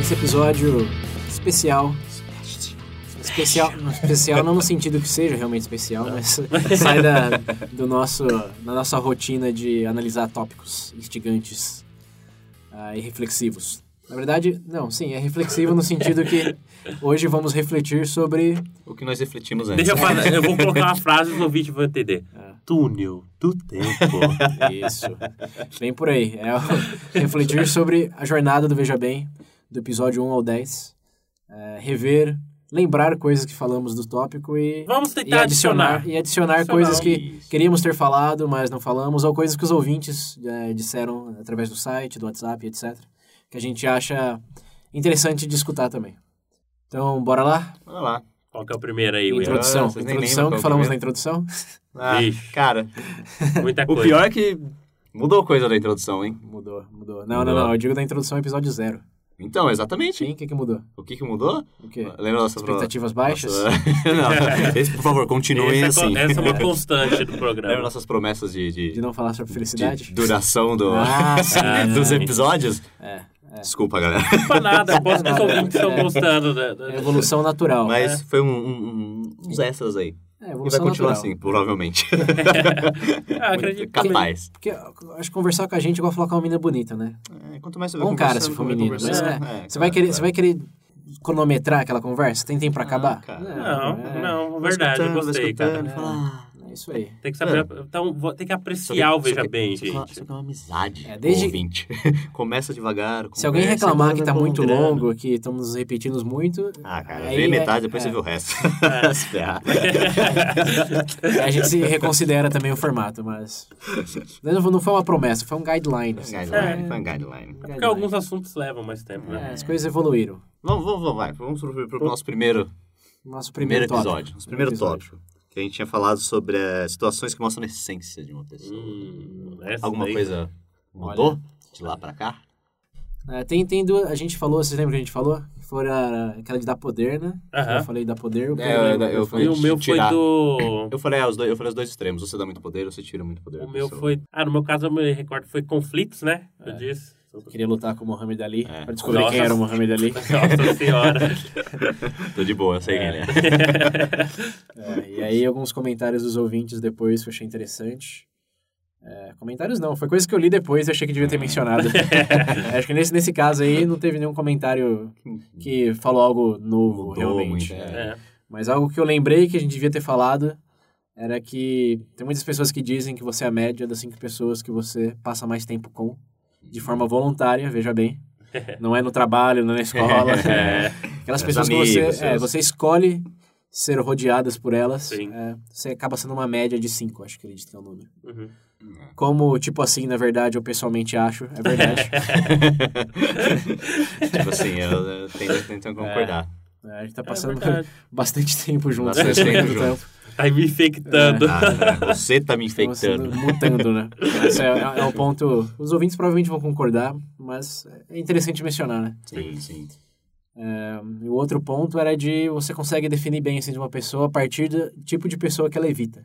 Esse episódio especial. Especial, especial não no sentido que seja realmente especial, mas sai da, do nosso, da nossa rotina de analisar tópicos instigantes ah, e reflexivos. Na verdade, não, sim, é reflexivo no sentido que hoje vamos refletir sobre. O que nós refletimos antes. Deixa eu falar, eu vou colocar uma frase e os ouvintes vão entender. É. Túnel do tempo. Isso. Bem por aí. É o- refletir sobre a jornada do Veja Bem, do episódio 1 ao 10. É, rever, lembrar coisas que falamos do tópico e. Vamos e tentar adicionar. e adicionar, Adicionar. coisas que Isso. queríamos ter falado, mas não falamos, ou coisas que os ouvintes é, disseram através do site, do WhatsApp, etc. Que a gente acha interessante de escutar também. Então, bora lá? Olha lá. Qual que é o primeiro aí, Will? introdução. vocês nem introdução, lembram que qual falamos primeiro. na introdução. Ah, Ixi. cara, Muita o coisa. pior é que mudou coisa da introdução, hein? Mudou, mudou. Não, não, Mudou. não. Eu digo da introdução episódio zero. Então, exatamente. Sim, o que, que mudou? O que que mudou? O quê? Lembra da nossa É. Expectativas baixas? Não. Esse, por favor, continuem essa, é, né? assim. É co- essa é uma constante do Lembra programa. nossas promessas de, de- De não falar sobre de felicidade? duração do, Ah, sim. dos episódios? É, Desculpa, galera. Não faz nada, aposto que os ouvintes estão gostando. Da, da- é evolução natural. Mas foi um- um- um- uns extras aí. É, E vai evolução natural. continuar assim, provavelmente. Ah, acredito que- Capaz. Porque eu acho que conversar com a gente é igual falar com uma menina bonita, né? É, quanto mais você Ou um cara, se for menino. Mas, é, você, vai querer, você vai querer cronometrar aquela conversa? Tem tempo pra Ah, acabar? cara. Não, é, não, verdade, eu gostei, cara. Ah, É isso aí. Tem que saber. Então, vou- tem que apreciar o Veja Bem, gente. Isso é uma amizade. É, É, desde- desde... ouvinte. Começa devagar. Se alguém conversa, reclamar depois que vai tá muito prolongando. longo, que estamos nos repetindo muito, Ah, cara, Aí vê é- metade, depois é. você vê o resto. Se ferrar. a gente se reconsidera também o formato, mas. Não não foi uma promessa, foi um guideline. assim. guideline, foi um guideline. Guideline. Porque alguns assuntos levam mais tempo, É, né? as coisas evoluíram. Vamos, vamos, vamos, vai. Vamos pro, pro nosso primeiro, Nosso primeiro, primeiro episódio. Nosso primeiro episódio. tópico. Que a gente tinha falado sobre eh, situações que mostram a essência de uma pessoa. Hum, É. essa Alguma daí- coisa mudou de lá pra cá? É, tem, tem duas. A gente falou, vocês lembram que a gente falou? Foi a, aquela de dar poder, né? Aham. Eu falei dar poder. o É, Pedro eu- lembra eu que falei- E o meu foi Tirar. do. Eu falei, ah, os dois, eu falei os dois extremos. Você dá muito poder, você tira muito poder. O da meu pessoa. foi. Ah, no meu caso, eu me recordo foi conflitos, né? Eu disse. Queria lutar com o Mohamed Ali, É. pra descobrir quem Nossa. era o Mohamed Ali. Nossa senhora. Tô de boa, eu sei quem ele é. É, e aí, alguns comentários dos ouvintes depois que eu achei interessante. É, comentários não, foi coisa que eu li depois e achei que devia ter mencionado. É, Acho que nesse, nesse caso aí não teve nenhum comentário que falou algo novo, Mudou realmente. muito, É. é. É. Mas algo que eu lembrei que a gente devia ter falado era que tem muitas pessoas que dizem que você é a média das cinco pessoas que você passa mais tempo com, de forma voluntária, veja bem. Não é no trabalho, não é na escola. É. Aquelas Os pessoas que amigos, você, é, seus. você escolhe ser rodeadas por elas, Sim. é, você acaba sendo uma média de cinco, acho que acredito que é o número. Uhum. Como, tipo assim, na verdade, eu pessoalmente acho, é verdade. tipo assim, eu, eu tento, tento concordar. É, a gente tá É passando verdade. bastante tempo juntos. Bastante né? tempo Muito juntos. Tá me infectando. Ah, cara, você tá me Estamos infectando. sendo mutando, né? Esse é, é, um ponto. Os ouvintes provavelmente vão concordar, mas é interessante mencionar, né? Sim, sim. E o outro ponto era de você consegue definir bem assim, de uma pessoa a partir do tipo de pessoa que ela evita.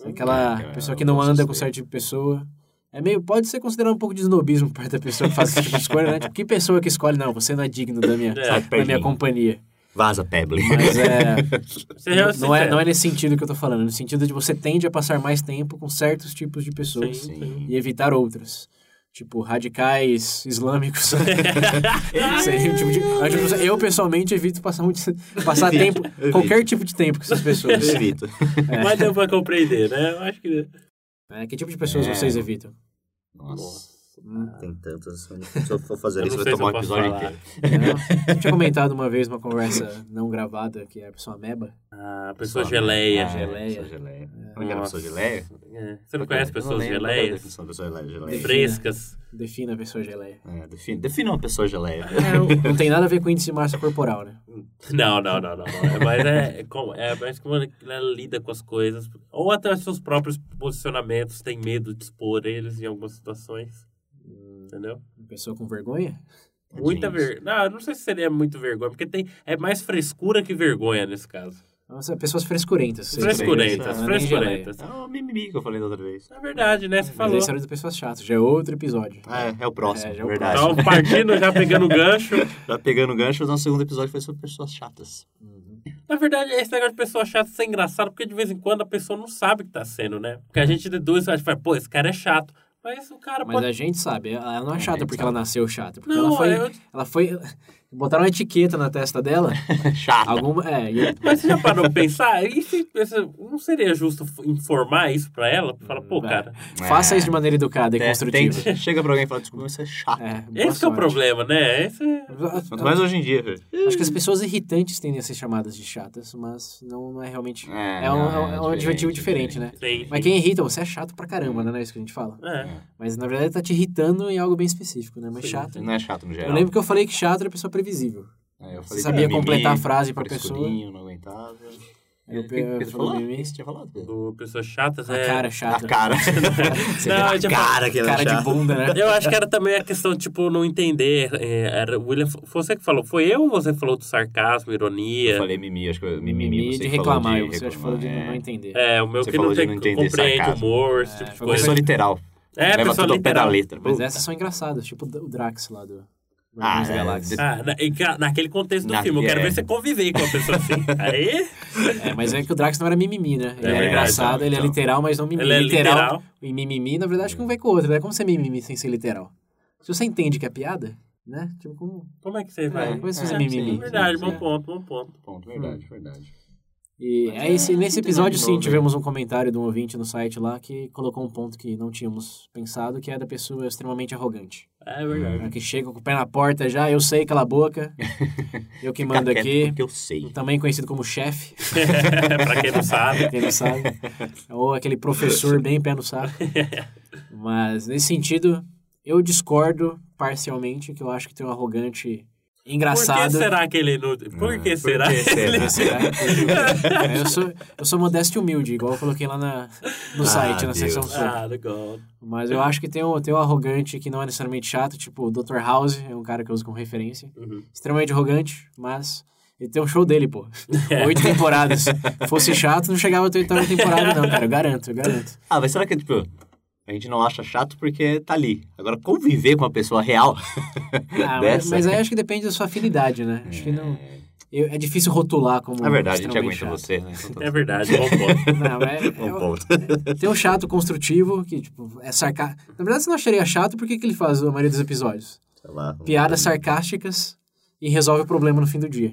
Assim, aquela É, é, pessoa eu que não gosto anda disso com aí. certo tipo de pessoa. É meio, pode ser considerado um pouco de snobismo por parte da pessoa que faz esse tipo de escolha, né? Tipo, que pessoa que escolhe, não, você não é digno da minha, É. da minha companhia. Vaza, Pebble. Mas é, Seja não, não é, sincero. não é nesse sentido que eu tô falando, no sentido de você tende a passar mais tempo com certos tipos de pessoas Sim. e evitar outras. Tipo, radicais islâmicos. Seria um tipo de- um tipo de- Eu, pessoalmente, evito passar, muito, passar tempo, Evito. qualquer tipo de tempo com essas pessoas. Eu evito. é. Mas deu pra compreender, né? Eu acho que. É, que tipo de pessoas É. vocês evitam? Nossa. Tem tantas. Se eu for fazer Eu não isso, vai sei se eu tomar um posso episódio falar. inteiro. É, eu tinha comentado uma vez uma conversa não gravada que é a pessoa meba. Ah, pessoa geleia. geleia. Pessoa É, geleia. Como né? é que era a pessoa Nossa. geleia? É. Você não conhece pessoas lembro qual é a geleias? definição de pessoa geleia? geleia. Frescas? Defina a pessoa geleia. É, defina, defina uma pessoa geleia. não tem nada a ver com índice de massa corporal, né? Não, não, não, não. não. É, Mas é, é como, é mais como ela lida com as coisas. Ou até os seus próprios posicionamentos, tem medo de expor eles em algumas situações. Entendeu? Uma pessoa com vergonha? Muita vergonha. Não, eu não sei se seria muito vergonha, porque tem, é mais frescura que vergonha nesse caso. Nossa, pessoas frescurentas. vocês Frescurentas, são, Frescurentas, né? Nem geleia. frescurentas. É o mimimi que eu falei da outra vez. Na verdade, né? Você Mas falou. esse era de pessoas chatas, já é outro episódio. É, é o próximo, É, já é o verdade. Então, partindo, já pegando o gancho. Já pegando o gancho, o nosso segundo episódio foi sobre pessoas chatas. Na verdade, esse negócio de pessoa chata isso é engraçado, porque de vez em quando a pessoa não sabe o que tá sendo, né? Porque a gente deduz, a gente fala, pô, esse cara é chato. Mas o cara Uhum. Mas pode. a gente sabe, ela ela não é chata gente porque sabe. é. ela nasceu chata. Porque Não, é, ela foi. eu- Ela foi. Botaram uma etiqueta na testa dela. Chata. alguma. É, e- Mas você já parou pra pensar? E se, pensa, não seria justo informar isso pra ela? Falar, Hum, pô, Vai. cara, Faça isso de maneira educada e É, tem- construtiva. chega pra alguém e fala, desculpa, você é chato. É, boa esse que é o sorte. problema, né? Esse é- Quanto mais hoje em dia, velho. Acho que as pessoas irritantes tendem a ser chamadas de chatas, mas não, não é realmente. É, É um, não, é um- é é um adjetivo diferente, diferente, diferente. né? Sim. Mas quem irrita, você é chato pra Uhum. caramba, né? Não é isso que a gente fala. É. Mas na verdade tá te irritando em algo bem específico, né? Mas Sim, chato. Não é chato no geral. Eu lembro que eu falei que chato era pessoa previsível. É, eu Você falei sabia que era completar a frescurinho, mimimi, frase pra frescurinho, não aguentava. Eu, O que- o que eu você falei falou? mimimi. Você tinha falado? Pedro? Do pessoas chatas é. A cara chata. A cara. Você Não, viu eu tinha a cara que era Cara de chata. bunda, né? Eu acho que era também a questão, tipo, não entender. é, Era, William, foi você que falou? Foi eu ou você que falou do sarcasmo, ironia? Eu falei mimimi, acho que eu- mimimi, Mimimi você de que falou reclamar, de eu- você acha que falou de não reclamar, não é. entender. É, o meu Você que falou não de tem, não entender compreende sarcasmo. É, humor, esse tipo de foi coisa. Pessoa literal. É, Leva pessoa tudo ao pé da literal. letra. Mas Puta. essas são engraçadas, tipo o Drax lá do Ah, Guardiões da é, Galáxia. Ah, na- em ca- naquele contexto do Na- filme, eu quero é. ver você conviver com uma pessoa assim. Aí, É, mas é que o Drax não era mimimi, né? Ele É, era é, engraçado, então, ele é então. literal, mas não mimimi. Ele é literal. E mimimi, na verdade, acho que um vai com o outro, né? Como você é mimimi sem ser literal? Se você entende que é piada, né? Tipo, como... como é que você vai? como é que você é, mimimi? sim, verdade, Sim, bom sim. ponto, bom ponto. Ponto, verdade, Hum. verdade. E Mas é esse- é, nesse entendeu de episódio, sim, novo, tivemos um comentário de um ouvinte no site lá que colocou um ponto que não tínhamos pensado, que é da pessoa extremamente arrogante. É verdade. Né, Que chega com o pé na porta já, eu sei, cala a boca, eu que mando Fica quieto aqui. é Porque eu sei. Também conhecido como chefe, pra quem não sabe. quem não sabe. ou aquele professor bem pé no saco. Mas nesse sentido, eu discordo parcialmente, que eu acho que tem um arrogante Por que engraçado. será que ele não. Por que Por será? que será? será? É, eu, sou, eu sou modesto e humilde, igual eu coloquei lá na, no Ah, site, na Deus. seção sul. Ah, legal. Mas eu acho que tem um, tem um arrogante que não é necessariamente chato, tipo o Dr. House, é um cara que eu uso como referência. Uhum. Extremamente arrogante, mas ele tem um show dele, pô. Oito temporadas. Fosse chato, não chegava até a oitava temporada, não, cara. Eu garanto, eu garanto. Ah, mas será que, tipo, a gente não acha chato porque tá ali. Agora, conviver com uma pessoa real Ah, mas, dessa... mas aí acho que depende da sua afinidade, né? Acho que não. eu- é difícil rotular como. Na É verdade, a gente aguenta extremamente chato. você, né? Então tá É verdade, bom ponto. Não, mas é- Bom eu- ponto. Tem um chato construtivo, que, tipo, é sarcástico. Na verdade, você não acharia chato porque que ele faz a maioria dos episódios? Sei lá. Piadas sarcásticas e resolve o problema no fim do dia.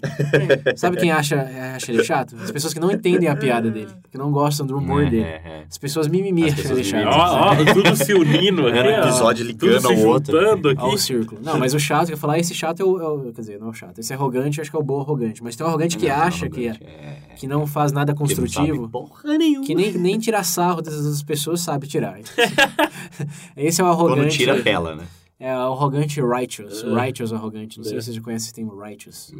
Sabe quem acha, acha ele chato? As pessoas que não entendem a piada dele, que não gostam do humor É, dele. é, é. As pessoas mimimi As acham pessoas ele chato. mimimi. Ó, ó, tudo se unindo aqui. Era um ó. episódio ligando tudo se ao outro. juntando aqui. Ó o círculo. Não, mas o chato que eu ia falar, esse chato é o, é o- Quer dizer, não é o chato. Esse arrogante, acho que é o bom arrogante. Mas tem um arrogante que Não, não, acha que, arrogante, é, que não faz nada que não sabe construtivo, Porra nenhuma. que nem, nem tirar sarro das pessoas sabe tirar. esse é o arrogante. Quando tira, pela, né? É o arrogante righteous. É. Righteous arrogante. Não sei se vocês conhecem esse termo righteous.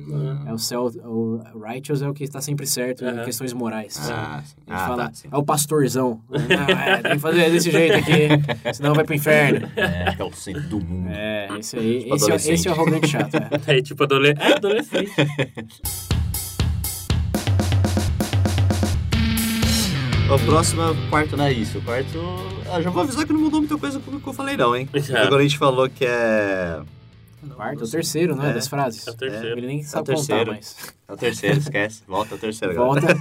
É o céu. O righteous é o que está sempre certo em Aham. questões morais. Ah, sim. A gente Ah, fala, tá, sim. é o pastorzão. Não, é, tem que fazer desse jeito aqui, senão vai pro inferno. É, que é o centro do mundo. É, esse aí. Tipo Esse é, adolescente. esse é o arrogante chato, é. É tipo adolescente. É adolescente. O próximo é o quarto não é isso. O quarto. Ah, já vou avisar que não mudou muita coisa com o que eu falei, não, hein? Já. Agora a gente falou que é. Quarto, o terceiro, não é? É. Das frases. É o terceiro. Ele nem sabe contar terceiro. tá mais. É o terceiro, esquece. Volta ao terceiro agora. Volta.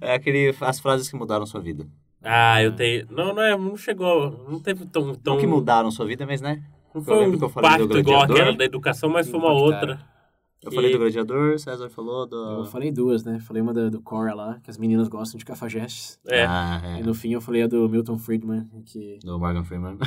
É aquele. As frases que mudaram sua vida. Ah, eu tenho. Não, não é, não chegou. Não teve tão. tão... Não que mudaram sua vida, mas né? Não Eu foi lembro um que eu falei do pacto igual gladiador. aquela da educação, mas foi uma Impactaram. outra. Eu falei E- do gladiador, César falou Eu do. falei duas, né? Falei uma da- do Cora lá, que as meninas gostam de cafajestes. É. Ah, E é. no fim eu falei a do Milton Friedman, que Do Morgan Freeman.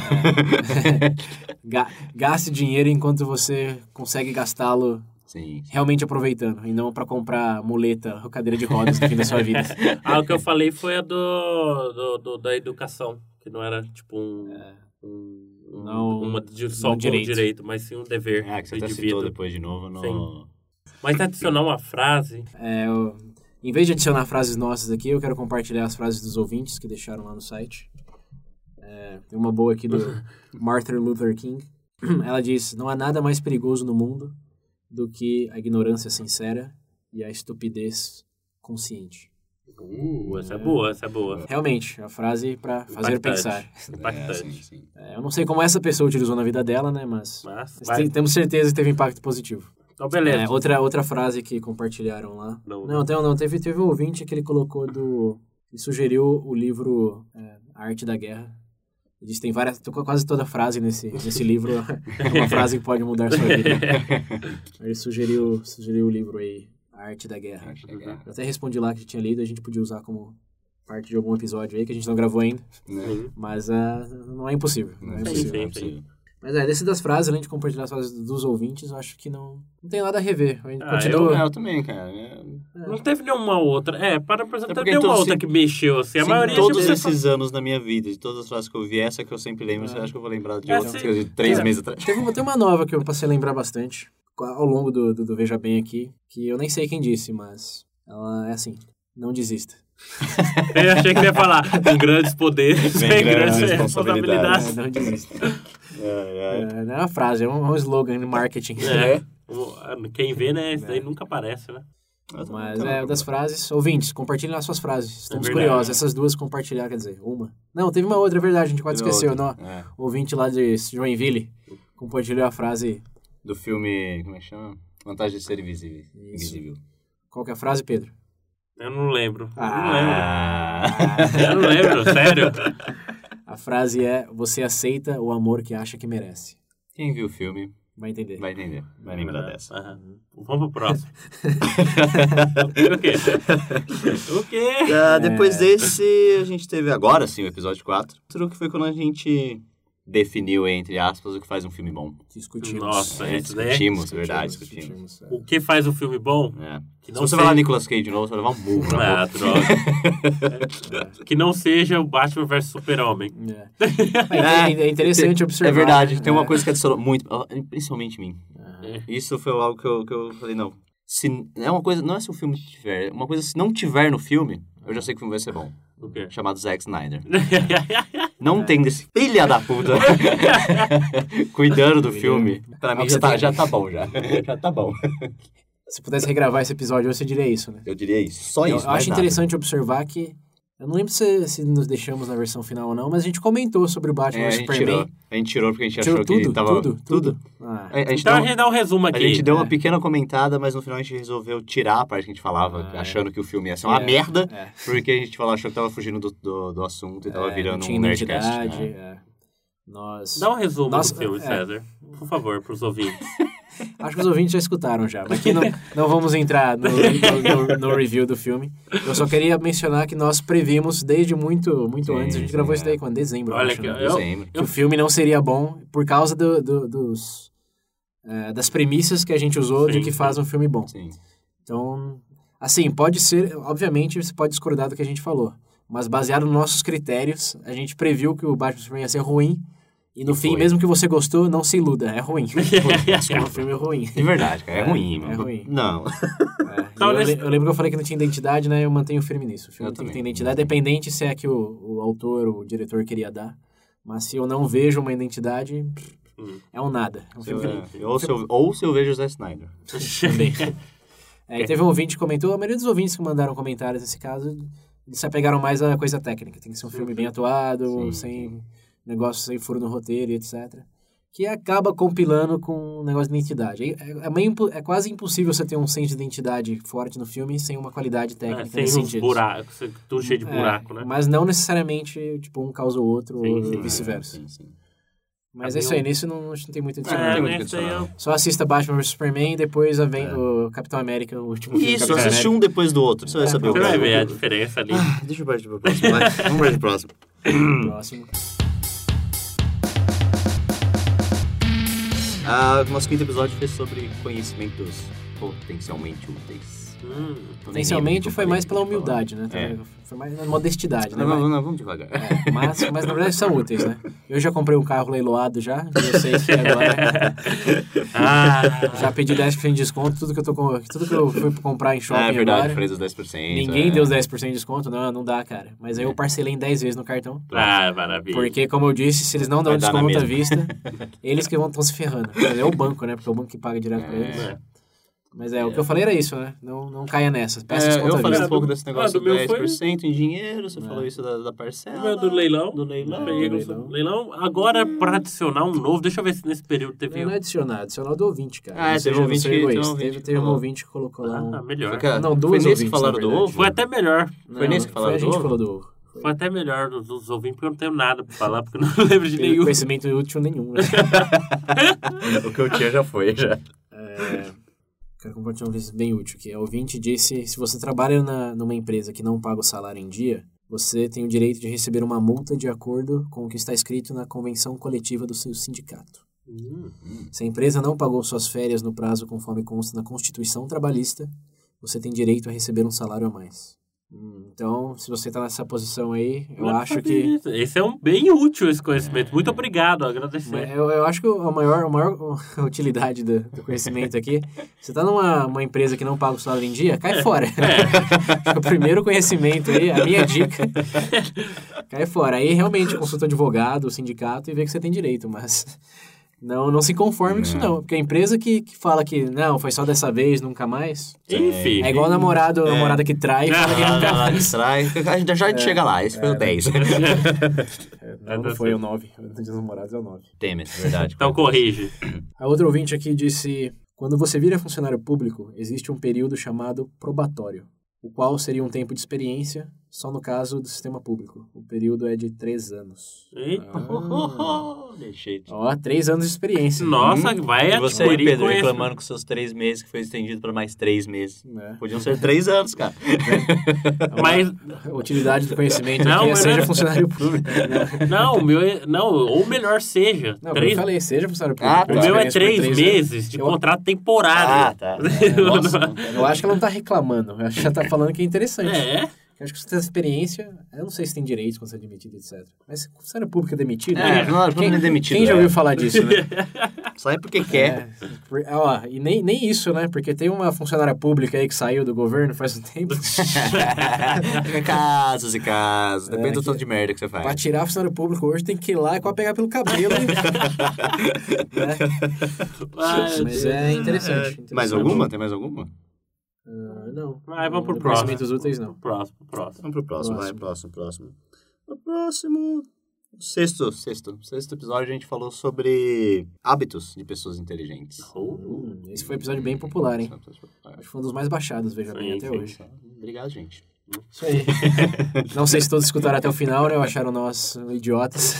ga- gaste dinheiro enquanto você consegue gastá-lo Sim. realmente aproveitando, e não pra comprar muleta ou cadeira de rodas no fim da sua vida. Ah, o que eu falei foi a do, do- do- da educação. Que não era tipo um. É. um- um- Não- uma de, só não um direito. direito. mas sim um dever É, que você do até citou indivíduo. depois de novo no... Sim. Mas adicionar uma frase, É, eu- em vez de adicionar frases nossas aqui, eu quero compartilhar as frases dos ouvintes que deixaram lá no site. É, tem uma boa aqui do Martin Luther King. Ela diz: Não há nada mais perigoso no mundo do que a ignorância sincera e a estupidez consciente. Uh, essa é boa, essa é boa. Realmente, é a frase pra fazer Impactante. pensar. É, Impactante. sim, sim. É, eu não sei como essa pessoa utilizou na vida dela, né? Mas, Mas, mas vai. tem- temos certeza que teve impacto positivo. Então, beleza. É, outra, outra frase que compartilharam lá. Não. não, tem- não, teve, teve um ouvinte que ele colocou do. Ele sugeriu o livro é, A Arte da Guerra. Ele disse que tem várias. Tô com quase toda frase nesse, nesse livro. É uma frase que pode mudar sua vida. Ele sugeriu, sugeriu o livro aí, A Arte da Guerra. Acho é legal. Eu até respondi lá que tinha lido, a gente podia usar como parte de algum episódio aí, que a gente não gravou ainda. Né? Mas ah, não é impossível. Não é Sim, impossível. sim, sim. sim. Mas é, desse das frases, além de compartilhar as frases dos ouvintes, eu acho que não, não tem nada a rever. A gente Ah, continua. É, eu também, cara. É- Não teve nenhuma outra. É, para por exemplo, É teve porque nenhuma todos- outra que mexeu assim. A Sim, maioria todos tipo, esses anos da minha vida, de todas as frases que eu vi, essa que eu sempre lembro, você acha que eu vou lembrar de É, outras sim. que eu vi três É. meses atrás? Teve uma, tem uma nova que eu passei a lembrar bastante ao longo do, do, do Veja Bem aqui, que eu nem sei quem disse, mas ela é assim: não desista. Eu achei que ele ia falar. Com grandes poderes, Vem vem grandes grandes É, responsabilidades. responsabilidades. não desista. É, é. É, não é uma frase, é um, é um slogan de marketing. É. O- Quem vê, né? Isso É. daí nunca aparece, né? Eu também Mas não é, lembro. das frases. Ouvintes, compartilhem as suas frases. Estamos verdade. curiosos. Essas duas compartilhar, quer dizer, uma. Não, teve uma outra, é verdade, a gente quase Outra. esqueceu. Não, É. ouvinte lá de Joinville compartilhou a frase. Do filme, como é que chama? Vantagem de ser invisível. Isso. invisível. Qual que é a frase, Pedro? Eu não lembro. Ah. Eu não lembro. Eu não lembro, sério. A frase é: Você aceita o amor que acha que merece. Quem viu o filme Vai entender. vai entender, vai lembrar dessa. Ah, Aham. Vamos pro próximo. o quê? O quê? Ah, É. depois desse, a gente teve agora sim o episódio 4, que foi quando a gente definiu, entre aspas, o que faz um filme bom. Discutimos. Nossa, É, né? isso daí. discutimos, verdade, discutimos. O que faz um filme bom? É. Que Se não você seja- falar Nicolas Cage de novo, você vai levar um burro na Ah, boca. droga. que não seja o Batman vs Super-Homem. É. É, é interessante observar. É verdade, né? tem É. uma coisa que adicionou muito, principalmente mim. É. Isso foi algo que eu, que eu falei, não. Se, é uma coisa, não é se o filme tiver, é uma coisa se não tiver no filme, eu já sei que o filme vai ser bom. O quê? Chamado Zack Snyder. Não tem desse filha da puta cuidando do filme. Pra mim Ah, já você tá, tem- já tá bom, já. Já tá bom. Se pudesse regravar esse episódio, hoje, você diria isso, né? Eu diria isso. Só eu É isso. eu mais acho nada. interessante observar que. Eu não lembro se, se nos deixamos na versão final ou não, mas a gente comentou sobre o Batman É, a e gente Superman. tirou. A gente tirou porque a gente achou Tirou tudo, que tava. É, tudo, tudo, Ah, A, a gente Então deu- a gente dá um resumo A aqui. gente deu uma É. pequena comentada, mas no final a gente resolveu tirar a parte que a gente falava, Ah, é. achando que o filme ia ser uma É, merda, é. porque a gente falou, achou que tava fugindo do, do, do assunto e tava É, virando não um tinha nerdcast. identidade. né? é. Nós. Dá um resumo Nossa, do filme, é. César. Por favor, pros ouvintes. Acho que os ouvintes já escutaram já, mas aqui não, não vamos entrar no, no- no- no review do filme. Eu só queria mencionar que nós previmos desde muito, muito Sim, antes, a gente sim, gravou é. isso daí quando? Dezembro, eu Olha acho, que né? eu- Dezembro. que o filme não seria bom por causa do- do- dos, eh, das premissas que a gente usou de Sim, que sim. faz um filme bom. Sim. Então, assim, pode ser, obviamente você pode discordar do que a gente falou, mas baseado nos nossos critérios, a gente previu que o Batman Superman ia ser ruim, e no E fim, foi. mesmo que você gostou, não se iluda, é ruim. é um filme ruim. De verdade, cara, é, É, ruim, é mano. ruim. Não. É, e Então, eu, nesse- le- eu lembro que eu falei que não tinha identidade, né? Eu mantenho firme nisso. O filme Eu tem que ter também. identidade, dependente se é que o, o autor, o diretor queria dar. Mas se eu não vejo uma identidade, pff, Hum. é um nada. É um Se eu- filme que- é, ou, se eu, ou se eu vejo o Zack Snyder. também. É, e teve um ouvinte que comentou, a maioria dos ouvintes que mandaram comentários nesse caso, eles se apegaram mais à coisa técnica. Tem que ser um Uhum. filme bem atuado, Sim, sem negócio sem furo no roteiro e etc. Que acaba compilando com um negócio de identidade. Aí, É, é meio impo- é quase impossível você ter um senso de identidade forte no filme sem uma qualidade técnica É, sem nesse uns sentido. buracos, tudo cheio de É, buraco, né? Mas não necessariamente, tipo, um causa o outro Sim, ou sim, vice-versa. Sim, sim. Mas É é isso meio- aí, nisso não, acho que não tem muito a dizer, não É, não. tem muito nesse aí eu... Só assista Batman vs Superman e depois a vem É. o Capitão América, o último filme. do Isso, Capitão assiste América. um depois do outro. Você vai É, saber o é. Você que vai é. ver a diferença ali. Ah, Deixa eu partir pro próximo, vai. Vamos partir pro próximo. um. Próximo. Ah, o nosso quinto episódio foi sobre conhecimentos potencialmente úteis. Hum, Então, nem lembro Potencialmente que eu foi falei mais que pela eu ia falar. humildade, né? É. Também. Foi mais na modestidade, né? Não, não, não, vamos devagar. É, Mas, mas na verdade são úteis, né? Eu já comprei um carro leiloado já, e eu sei que agora ah, já pedi 10% de desconto, tudo que eu, tô, com- tudo que eu fui comprar em shopping é verdade, agora. fez os 10%. Ninguém é. deu os 10% de desconto, não, não dá, cara. Mas aí eu parcelei em 10 vezes no cartão. ah, maravilha. Porque, como eu disse, se eles não dão Vai dar na desconto à vista, mesma. eles que vão estão se ferrando. É o banco, né? Porque é o banco que paga direto pra eles. É. Mas é, o que eu falei era isso, né? Não, não caia nessa. Peça É, desconto eu à falei vista. É. um pouco do- desse negócio ah, do meu de 10% em dinheiro, você falou isso da, da O parcela. meu do leilão. Do leilão. Peguei com- leilão. leilão. Agora, é pra adicionar um novo, deixa eu ver se nesse período teve. um. Não é adicionado, adicional do ouvinte, cara. Ah, Ou teve seja, um ouvinte não sou que- egoísta. teve um ouvinte Teve- que teve um falou. ouvinte que colocou lá um... Ah, melhor. Fica- Não, foi duas nesse que ouvintes, falaram na do verdade. ovo? Foi até melhor. Não, foi nesse que não, falaram a do gente que ovo? falou do ovo. Foi até melhor dos, dos ouvintes, porque eu não tenho nada pra falar, porque eu não lembro de Não teve nenhum. conhecimento útil nenhum, né? o que eu tinha já foi, já. É, Quero compartilhar um vídeo bem útil, que é o ouvinte disse, se você trabalha na- numa empresa que não paga o salário em dia, você tem o direito de receber uma multa de acordo com o que está escrito na convenção coletiva do seu sindicato. Hum, Se a empresa não pagou suas férias no prazo conforme consta na Constituição Trabalhista, você tem direito a receber um salário a mais. Hum, Então, se você está nessa posição aí, eu não é acho sabia que... disso. Esse é um bem útil, esse conhecimento. Muito obrigado, agradecer. Mas Eu, eu acho que a maior, a maior utilidade do, do conhecimento aqui, você tá numa uma empresa que não paga o salário em dia, É, cai fora. Acho que o primeiro conhecimento aí, a minha dica, cai fora. Aí realmente consulta o advogado, o sindicato e vê que você tem direito, mas não, não se conforme com isso Não. não. Porque a empresa que, que fala que não, foi só dessa vez, nunca mais, Enfim. é igual o namorado, a namorada que trai e fala que nunca Ah, mais. distrai. A gente já a gente chega lá, esse foi o 10. é Não, não foi o 9, o dos namorados é o 9. Temer, verdade. Então corrige. A outra ouvinte aqui disse: quando você vira funcionário público, existe um período chamado probatório, o qual seria um tempo de experiência, só no caso do sistema público. O período é de três anos. Ah. Eita. Deixei. de- Ó, três anos de experiência. Nossa, vai E você aí, adquirir Pedro, conhecimento. reclamando com seus três meses, que foi estendido para mais três meses. Né? Podiam ser três anos, cara. Mas, A utilidade do conhecimento Não, aqui é mas seja não- funcionário público. não, o meu é, não, ou melhor seja, Não, como eu três, falei, seja funcionário público. Ah, tá. o meu é Experiência por anos. três, meses de Eu- Ah. contrato temporário. tá. Nossa, não quero- Eu acho que ela não tá reclamando, eu acho que ela tá falando que é interessante. É, Eu acho que você tem experiência, eu não sei se tem direitos quando você é demitido, etc. Mas se funcionário público é demitido, né? É, não, o quem, problema é demitido. quem já é. ouviu falar disso, né? Sai é porque quer. Por- ó, e nem, nem isso, né? Porque tem uma funcionária pública aí que saiu do governo faz um tempo. casos e casos. Depende do tanto de merda É. que você pra faz. tirar funcionário público hoje tem que ir lá e quase pegar pelo cabelo. né? Ai, Mas é interessante. interessante. Mais alguma? Tem mais alguma? Ah, não. Vai, vamos pro próximo. Conhecimentos úteis, não. Próximo, próximo. Vamos pro próximo, Próximo. vai, próximo, próximo. O próximo. Sexto, sexto. Sexto episódio a gente falou sobre hábitos de pessoas inteligentes. Oh, Hum, esse foi um episódio bem popular, hein? Acho que foi um dos mais baixados, veja bem, Sim, até sim. hoje. Obrigado, gente. Isso aí. não sei se todos escutaram até o final, né? Ou acharam nós idiotas.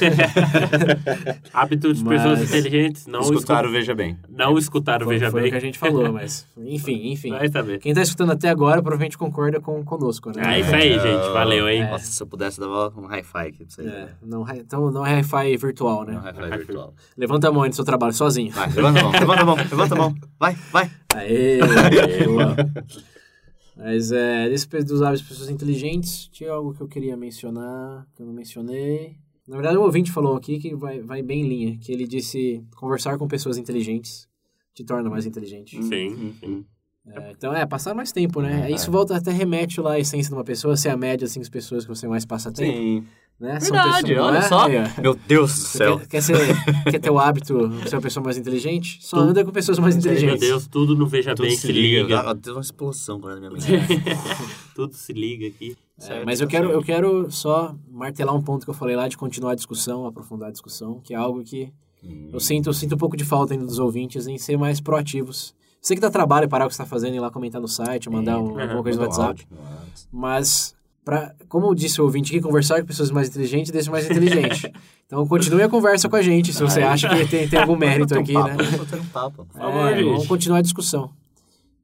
Hábito de Mas- pessoas inteligentes, não Escutaram, escu- veja bem. Não escutaram, foi veja foi o bem. que a gente falou, mas... Enfim, enfim. Vai saber. Quem tá escutando até agora provavelmente concorda com, conosco, né? É isso aí, gente. Valeu, hein? Nossa, se eu pudesse dar um hi-fi aqui pra vocês. É, não, hi- então não é hi-fi virtual, né? Um né? é. hi-fi virtual. Levanta a mão aí no seu trabalho sozinho. Vai, levanta a mão, levanta a mão, levanta a mão. Vai, vai. Aê, aê, boa. Mas é, desse pe- dos hábitos de pessoas inteligentes, tinha algo que eu queria mencionar, que eu não mencionei. Na verdade, um ouvinte falou aqui que vai, vai bem em linha, que ele disse conversar com pessoas inteligentes te torna mais inteligente. Sim, sim. É, então, é, passar mais tempo, né? É. Isso volta até remete lá à essência de uma pessoa, ser a média assim, das cinco pessoas que você mais passa tempo. Sim. Né? São Verdade, pessoas- olha né? só. Aí, ó. Meu Deus do Você céu. Quer, quer, ser, quer ter o hábito de ser uma pessoa mais inteligente? Só Tu- anda com pessoas mais Meu inteligentes. Deus, tudo não veja Tudo bem se liga. liga. Ah, Deu uma explosão agora na minha mente. Tudo se liga aqui. É, mas eu quero, eu quero só martelar um ponto que eu falei lá de continuar a discussão, aprofundar a discussão, que é algo que eu sinto, eu sinto um pouco de falta ainda dos ouvintes em ser mais proativos. Sei que dá trabalho parar o que você está fazendo e ir lá comentar no site, mandar um- é, alguma coisa no Mandou WhatsApp. um áudio, mandou um áudio. Mas, pra, como eu disse o ouvinte aqui, conversar com pessoas mais inteligentes deixa mais inteligente. então continue a conversa com a gente, se você acha que tem, tem algum mérito Vamos aqui, bater né? um papo, Vamos bater um papo. Por favor, É, gente. vamos continuar a discussão.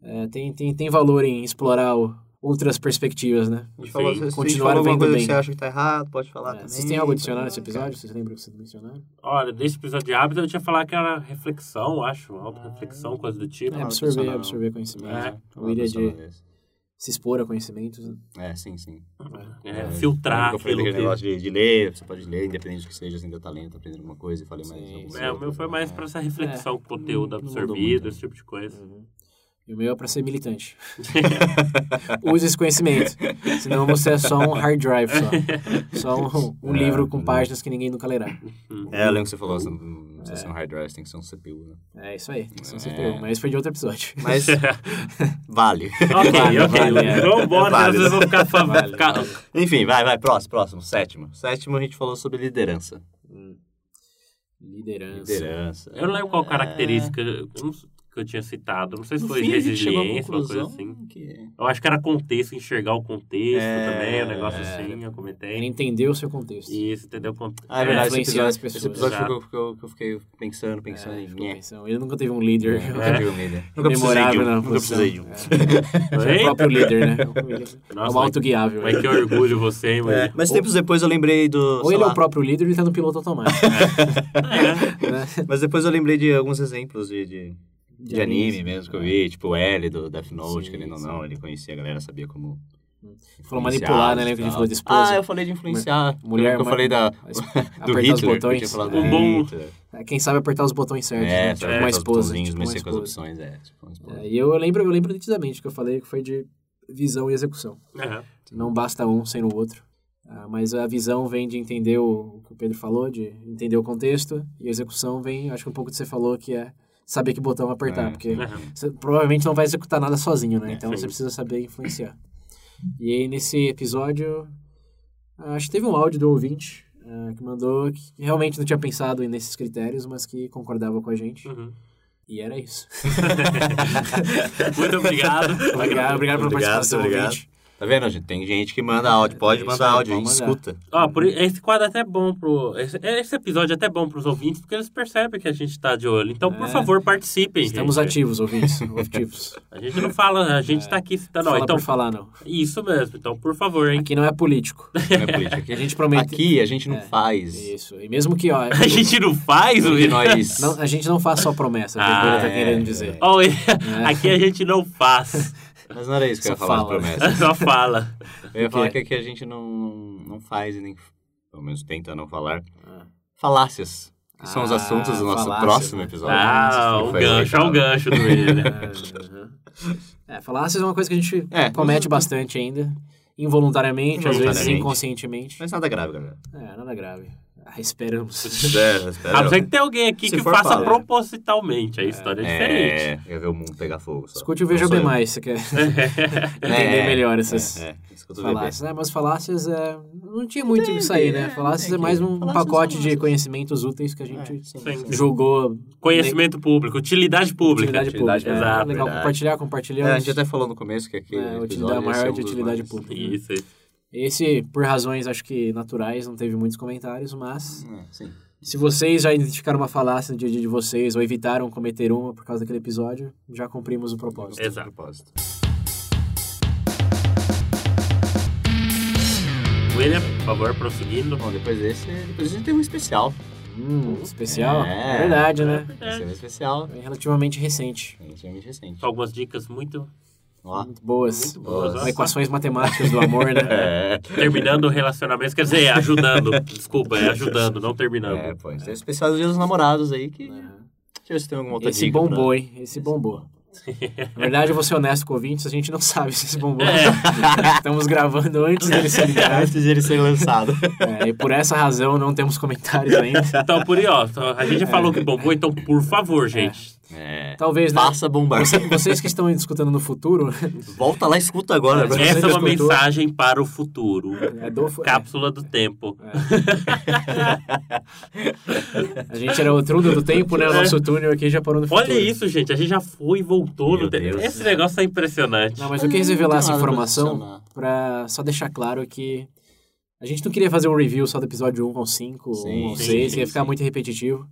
É, tem, tem, tem valor em explorar o- outras perspectivas, né? A gente falou, Sim, se a gente continuar falou alguma vendo coisa que bem. você acha que tá errado, pode falar É, também. né? É. vocês têm algo adicionado nesse episódio? Vocês lembram que vocês mencionaram? Olha, desse episódio de hábito eu tinha falado que era reflexão, eu acho. Auto-reflexão, coisa do tipo. É, não, absorver, adicionar não. absorver conhecimento. É, Eu iria de se expor a conhecimentos. né? É, sim, sim. É, filtrar Eu falei aquilo daquele que... negócio de, de ler, você pode ler, independente do que seja, sem assim, talento, aprender alguma coisa e falei mais Sim, alguma sim. coisa. É, o meu foi mais pra essa reflexão, conteúdo É. não mudou absorvido, muito. esse tipo de coisa. Uhum. E o meu é pra ser militante. Use esse conhecimento. Senão você é só um hard drive só. Só um, um É, livro com né? páginas que ninguém nunca lerá. É, eu lembro que você falou, você não Hum, não é. precisa ser um hard drive, você tem que ser um CPU, né? É isso aí. Isso É. você pegou, Mas foi de outro episódio. Mas vale. Ok, Vale, ok. vale, é. Vamos embora, senão Válido. vocês vão ficar... fa- Vale, ficar- Enfim, vai, vai, próximo, próximo, sétimo. Sétimo a gente falou sobre liderança. Liderança. Liderança. É, Eu não lembro qual característica eu não sei, que eu tinha citado. Não sei se Ah, No foi fim, a gente chegou à resiliência, uma coisa conclusão assim. que- Eu acho que era contexto, enxergar o contexto É, também, um negócio é. assim, eu Ele comentei. entendeu o seu contexto. Isso, entendeu? Cont- Ah, é verdade, esse influenciar episódio, as pessoas. esse episódio ficou, Exato. ficou, que eu fiquei pensando, pensando É, em... ficou Nhé. pensando. Ele nunca teve um líder. Nunca tive um líder. Nunca precisei de Memorável um. na Nunca posição. precisei de um. Você é o próprio líder, né? é Nossa, o autoguiável. Mas que orgulho você, hein, É, William? mas tempos depois eu lembrei do. Ou sei ele é lá, o próprio líder ou ele tá no piloto automático. É. né? Mas depois eu lembrei de alguns exemplos de, de, de De anime animes. mesmo que eu vi, tipo o L do Death Note, Sim, querendo ou sim. não, ele conhecia a galera, sabia como. Falou manipular, né? influenciar Lembra que a gente e falou tal. de esposa? Ah, eu falei de influenciar. Mulher Mulher. Eu ma- falei da, do Apertar os Hitler. que Eu botões. tinha falado Um do bom- Hitler. É, Quem sabe apertar os botões certos. É, né? sabe, Tipo apertar uma os esposa. botões, Tipo uma mexer com as esposa. opções, é. Tipo, uma esposa. É, e eu lembro, eu lembro nitidamente que eu falei que foi de visão e execução. Aham. Não basta um sem o outro. Ah, mas a visão vem de entender o que o Pedro falou, de entender o contexto, e a execução vem, acho que um pouco do que você falou, que é saber que botão apertar, É. porque Aham. você provavelmente não vai executar nada sozinho, né? É, Então sim. você precisa saber influenciar. E aí nesse episódio, acho que teve um áudio do ouvinte ah, que mandou que realmente não tinha pensado nesses critérios, mas que concordava com a gente. Uhum. E era isso. Muito obrigado. Obrigado, obrigado pela Obrigado, participação, obrigado. ouvinte. Tá vendo, gente? Tem gente que manda áudio. Pode É, isso mandar aí, áudio, a gente pode mandar. escuta. Ó, por, i- esse quadro é até bom pro. Esse, esse episódio é até bom pros ouvintes, porque eles percebem que a gente tá de olho. Então, por É. favor, participem. Estamos gente. ativos, ouvintes. Ativos. A gente não fala, a gente tá aqui citando. ó, Fala então, por falar, não. Isso mesmo, então, por favor, hein? Aqui não é político. Não é política. Aqui A gente promete. Aqui a gente não É. faz. Isso. E mesmo que, ó. A gente não faz o E nós. não, a gente não faz só promessa, que o Ah, Pedro tá é, querendo é. dizer. né? Ó, Aqui a gente não faz, Mas não era isso que eu ia Só falar de fala. promessa. só fala. Eu ia Porque- falar que aqui a gente não, não faz e nem, pelo menos tenta não falar, Ah. falácias. Que são os Ah, assuntos do nosso falácias, próximo né? episódio. Ah, Que o foi gancho, é o legal. gancho do ele. né? Aham. É, falácias é uma coisa que a gente É, comete bastante ainda. Involuntariamente, às vezes Involuntariamente. inconscientemente. Mas nada grave, galera. É, nada grave. Ah, esperamos. É, A não ser espera. que tenha alguém aqui Se que for faça falar. propositalmente, aí a história é, diferente. É, eu ver o mundo pegar fogo. Só. Escute o Veja Não sou Bem eu. Mais, você quer É, entender é, melhor é, essas É, escuta o bebê. falácias. né? mas falácias é... não tinha muito Tem, isso aí, é, né? não Falácias tem é mais que- um falácias pacote são de essas. conhecimentos úteis que a gente sim. jogou. Conhecimento público, utilidade pública. Tipo, Utilidade pública. Utilidade, é, exato, legal, verdade. compartilhar, É, compartilhamos. a gente até falou no começo que aqui. É, episódio utilidade ia ser maior um de dos utilidade mais- pública. Isso, isso. Esse, por razões acho que naturais, não teve muitos comentários, mas É, sim. Se vocês já identificaram uma falácia no dia a dia de vocês ou evitaram cometer uma por causa daquele episódio, já cumprimos o propósito. É. Exato. Propósito. William, por favor, prosseguindo. Bom, depois desse, depois a gente tem um especial. Hum, especial? É. É. Verdade, né? Vai ser É, um especial. É relativamente recente. Relativamente recente. algumas dicas muito. Ó. Muito boas. ah. Muito boas, Com ó. equações matemáticas do amor, né? É. Terminando o relacionamento, quer dizer, ajudando. Desculpa, é ajudando, não terminando. É, pois. Tem o especial do Dia dos Namorados aí que. Aham. Deixa eu ver se tem alguma outra Esse dica bombou, pra- hein? Esse bombou. Na verdade, eu vou ser honesto com o ouvinte, a gente não sabe se esse bombou. Estamos gravando antes dele ser liberado. Antes de ele ser lançado. É, e por essa razão não temos comentários ainda. Então, por aí, ó. então, A gente já falou que bombou, então, por favor, gente. É. Talvez, né? Faça bombar. Vocês que estão escutando no futuro, Volta lá e escuta agora. Mas né? você Essa é uma já escutou? mensagem para o futuro. é do... é, Cápsula do tempo. É. A gente era o túnel do tempo, né? O nosso túnel aqui já parou no futuro. Olha isso, gente. A gente já foi e voltou Meu no tempo. Deus. Esse negócio é impressionante. Não, mas eu quis revelar Não essa tem nada pra informação adicionar. pra só deixar claro que a gente não queria fazer um review só do episódio 1 ao 5, Sim, 1 ao sim, 6, sim, ia ficar sim. muito repetitivo.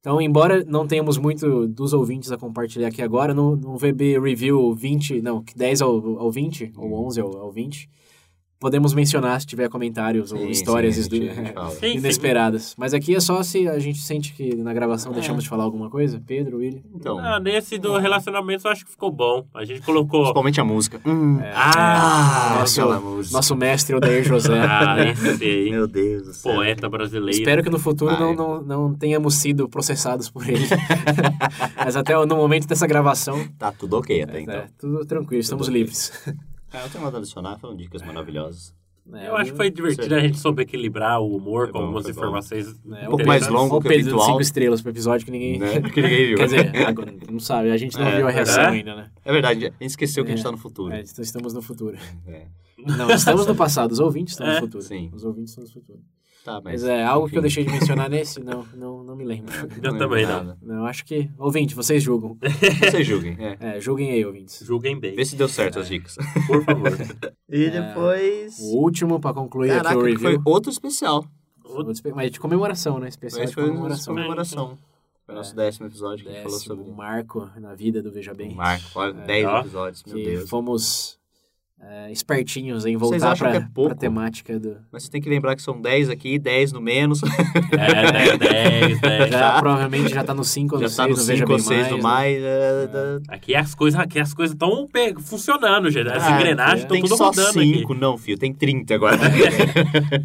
Então, embora não tenhamos muito dos ouvintes a compartilhar aqui agora, no, Uhum. no VB Review 20, não, que 10 ao, ao 20, ou 11 ao, ao 20, podemos mencionar se tiver comentários ou Sim, histórias sim, a gente- esdu- a gente é. fala. Sim, inesperadas. Mas aqui é só se a gente sente que na gravação É. deixamos de falar alguma coisa. Pedro, William. Então, Ah, nesse do relacionamento eu acho que ficou bom. A gente colocou. principalmente a música. Hum. É. Ah, nosso- aquela música. Nosso mestre Odair José. Ah, esse aí. um Meu Deus do céu. Poeta brasileiro. Espero que no futuro né? Ai. não, não, não tenhamos sido processados por ele. Mas até no momento dessa gravação, Tá tudo ok até é, então. tudo tranquilo, estamos bem. livres. Ah, eu tenho nada a adicionar, foram dicas maravilhosas. É, Eu acho que foi divertido a gente soube equilibrar o humor Foi com É bom, algumas foi bom. informações. É, Um pouco mais Pedro- longo Olha o que o Pedro de habitual. cinco estrelas pro episódio que ninguém. Né? Porque ninguém viu. Quer dizer, agora, não sabe, a gente não É. viu a reação É? ainda, né? É verdade, a gente esqueceu que a gente tá no futuro. É, então estamos no futuro. É. Não, estamos no passado, os ouvintes estão no É. futuro. Sim. Os ouvintes estão no futuro. Tá, mas. Mas é algo que eu enfim. deixei de mencionar nesse, não, não, não me lembro. Eu lembro também não. nada. Não, acho que. Ouvinte, vocês julgam. Vocês julguem, é. É, julguem aí, ouvintes. Julguem bem, Vê se deu certo as dicas. por favor. É. E depois. O último pra concluir Caraca, aqui o que review. foi outro especial. Outro- Outro espe- Mas de comemoração, né? Especial Esse de foi uma comemoração. comemoração. Foi o nosso décimo episódio que a gente falou É. Décimo sobre. marco na vida do Veja Bem. É. Um marco, olha, 10 Ó. episódios, meu que Deus. fomos é, espertinhos em Vocês voltar acham pra, que é pouco? pra temática do. Mas você tem que lembrar que são 10 aqui, 10 no menos. tá É, 10, 10. Já, provavelmente já tá no 5 ou no Já 6 tá no do Veja 5 Bem ou 6 no né? mais. é, da- Aqui as coisas aqui as coisas estão funcionando, gente. As Ah, engrenagens é. estão Tem tudo só rodando 5, aqui. não, filho. Tem 30 agora.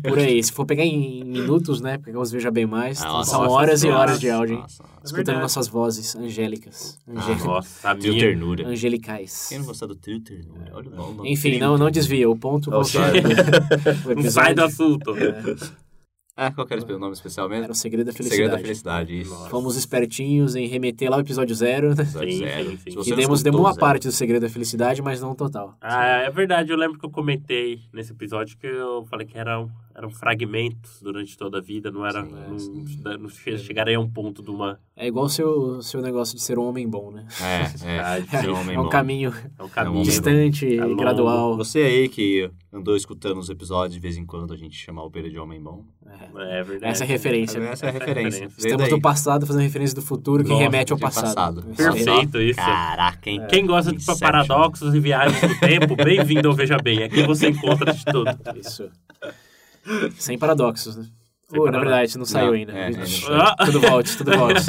Por aí. Se for pegar em minutos, né? Pegar os Veja Bem Mais, Ah, então nossa, são nossa, horas e nossa, horas de áudio, hein? Nossa, Ah, nossa. Escutando verdade. nossas vozes angélicas. né? Angé- Nossa, a Trio minha. Ternura. Angelicais. Quem não gostar do Trio Ternura? Olha o nome. É. Enfim, Trio não, não Ternura. desvia. O ponto Não voltado sai. do Não sai do episódio assunto. É. Ah, qual que era o nome especial era mesmo? o segredo da Segredo da felicidade. Felicidade, isso. Nossa. Fomos espertinhos em remeter lá o episódio zero. né? Episódio Sim, zero. sim, sim. Se você E não demos, escutou demos uma o zero, parte do segredo da felicidade, mas não total. Ah, é verdade. Eu lembro que eu comentei nesse episódio que eu falei que eram, eram fragmentos durante toda a vida. Não era. Sim, é, não, sim. não che- chegaria a um ponto de uma. É igual o seu, seu negócio de ser um homem bom, né? É, é. Ah, Ser um homem é um bom. caminho É um bom. caminho. distante É e longo. gradual. Você aí que andou escutando os episódios de vez em quando a gente chamar o Pedro de homem bom. É. É verdade. Essa é a referência. Essa, é a referência. Veio Estamos daí. do passado fazendo referência do futuro que Nossa, remete ao de passado. passado. Perfeito isso. Caraca, É. hein? Quem gosta de Inception. paradoxos e viagens no tempo, bem-vindo ao Veja Bem. Aqui você encontra de tudo. Isso. Sem paradoxos, né? Sem Ou, na paradoxos. verdade, não saiu Não, ainda. é, é, não saiu. Ah, Tudo volte, tudo volte.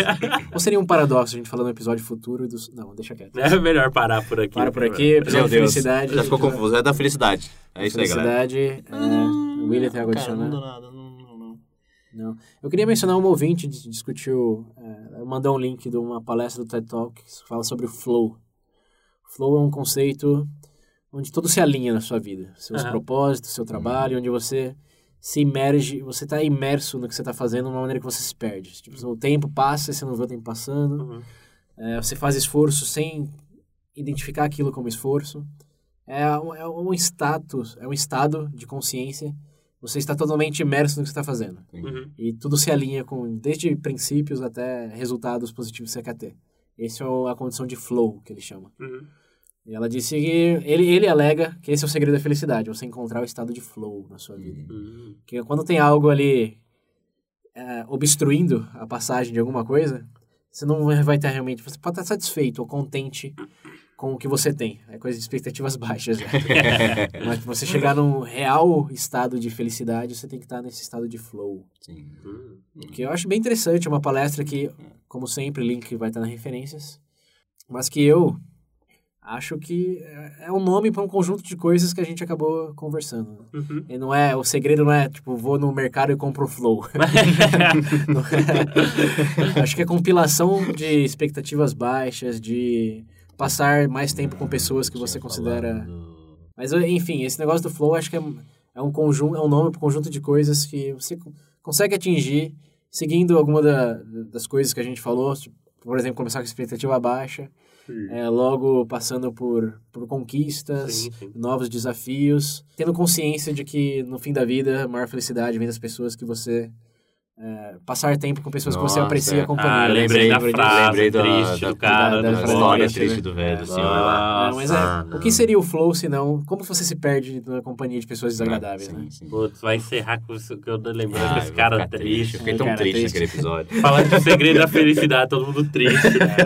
Ou seria um paradoxo a gente falando no episódio futuro dos. Não, deixa quieto. é melhor parar por aqui. Para por aqui, Meu episódio de Deus. felicidade. Já ficou confuso. É da felicidade. É isso aí, galera. Ah, Felicidade. é, o William tem algo a Cara, não adicionar. dou nada. Não, não, não. Não. Eu queria mencionar um ouvinte que discutiu, é, mandou um link de uma palestra do TED Talk que fala sobre o flow. Flow é um conceito onde tudo se alinha na sua vida, seus Aham. propósitos, seu trabalho, onde você se imerge, você está imerso no que você está fazendo de uma maneira que você se perde. Tipo, o tempo passa, e você não vê o tempo passando. Uhum. É, você faz esforço sem identificar aquilo como esforço. É um, é um status, é um estado de consciência. Você está totalmente imerso no que você está fazendo. Uhum. E tudo se alinha com, desde princípios até resultados positivos CKT. Essa é o- a condição de flow, que ele chama. Uhum. E ela disse que, ele, ele alega que esse é o segredo da felicidade, você encontrar o estado de flow na sua vida. Uhum. Que quando tem algo ali é, obstruindo a passagem de alguma coisa, você não vai estar realmente, você pode estar satisfeito ou contente com o que você tem. É coisa de expectativas baixas. né? Mas pra você chegar num real estado de felicidade, você tem que estar nesse estado de flow. Sim. Uhum. Que eu acho bem interessante, é uma palestra que, como sempre, o link vai estar nas referências, mas que eu acho que é- é um nome para um conjunto de coisas que a gente acabou conversando. né? Uhum. E não é, o segredo não é, tipo, vou no mercado e compro o flow. Não é. acho que é compilação de expectativas baixas, de passar mais tempo com pessoas que Tinha você considera... falado- Mas, enfim, esse negócio do flow acho que é, é um conjunto, é um nome para um conjunto de coisas que você co- consegue atingir seguindo alguma da- das coisas que a gente falou, tipo, por exemplo, começar com expectativa baixa, é, logo passando por, por conquistas, Sim, sim. novos desafios, tendo consciência de que no fim da vida a maior felicidade vem das pessoas que você é, passar tempo com pessoas que você Nossa, aprecia é. a companhia. né? Ah, lembrei da disso. frase. Lembrei da, triste da, do da da, cara, da frase história triste, triste né? do velho, É, assim, nossa. ó. É, mas é, Nossa, o que seria o flow se não... Como você se perde na companhia de pessoas desagradáveis, Sim, né? sim. Putz, vai encerrar com isso que eu tô lembrando Ah, com eu esse vou cara ficar triste. Eu Fiquei Um tão cara triste, triste. naquele episódio. Falar de segredo da felicidade, todo mundo triste. né?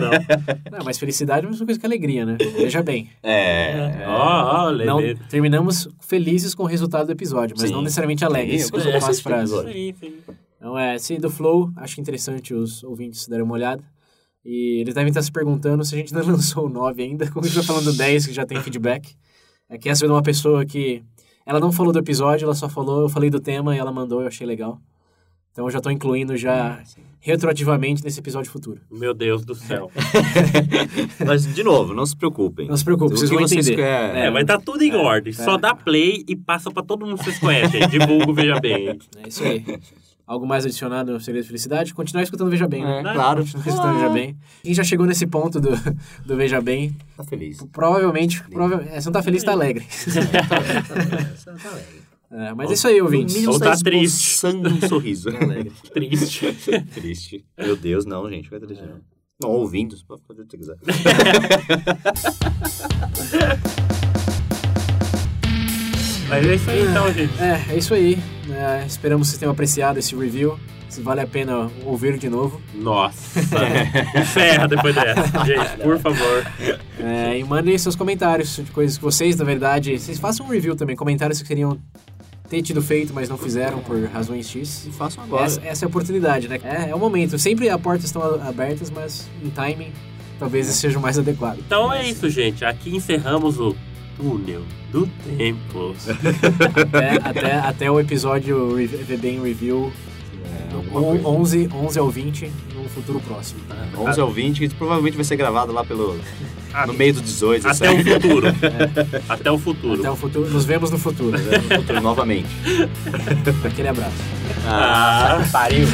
Não. Não, mas felicidade é a mesma coisa que alegria, né? Veja bem. É. Ó, ó, Não, lembrei. terminamos felizes com o resultado do episódio, mas Sim. não necessariamente alegres, Sim, como eu gosto com as desse tipo frases. episódio. É, Sim, sim. Então, é, esse do Flow, acho interessante os ouvintes darem uma olhada. E eles devem estar se perguntando se a gente não lançou o 9 ainda, como a gente tá falando do 10, que já tem feedback. Aqui essa é de uma pessoa que... Ela não falou do episódio, ela só falou, eu falei do tema e ela mandou, eu achei legal. Então eu já tô incluindo Ah, já retroativamente nesse episódio futuro. Meu Deus do céu. Mas, de novo, não se preocupem. Não se preocupe, O vocês que vão vocês entender. querem- É, vai estar tudo em ordem. Só dá play e passa pra todo mundo que vocês conhecem. Divulga o Veja Bem. É isso aí. Algo mais adicionado ao Segredo de Felicidade? Continuar escutando Veja Bem, né? É, claro. Continuar escutando Veja Bem. Quem já chegou nesse ponto do, do Veja Bem, Tá feliz. provavelmente... provavelmente é, se não tá feliz, tá alegre. tá É, mas é isso aí, ouvintes. No mínimo, Ou você tá triste. esboçando um sorriso. Triste. triste. Meu Deus, não, gente. Fica triste, não. Não, ouvindo, você pode fazer o que você quiser. Mas é isso aí então, gente. É, é isso aí. É, esperamos que vocês tenham apreciado esse review. Se vale a pena ouvir de novo. Nossa. Encerra depois dessa. Gente, por favor. É, e mandem seus comentários de coisas que vocês, na verdade. Vocês façam um review também. Comentários que queriam ter tido feito, mas não fizeram por razões X. E façam agora. Essa, essa é a oportunidade, né? É, é o momento. Sempre as portas estão a- abertas, mas em timing talvez esse seja o mais adequado. Então é isso, gente. Aqui encerramos o túnel do tempo. Até, até, até o episódio rev- VB em Review É, alguma on- coisa. Ah. 11, 11 ao 20 no futuro próximo. tá? 11 ao 20, que provavelmente vai ser gravado lá pelo... No meio do 18, Ah, Até o futuro. Até o futuro. Até o futuro. Nos vemos no futuro. né? o... Novamente. Aquele abraço. Ah. Pariu.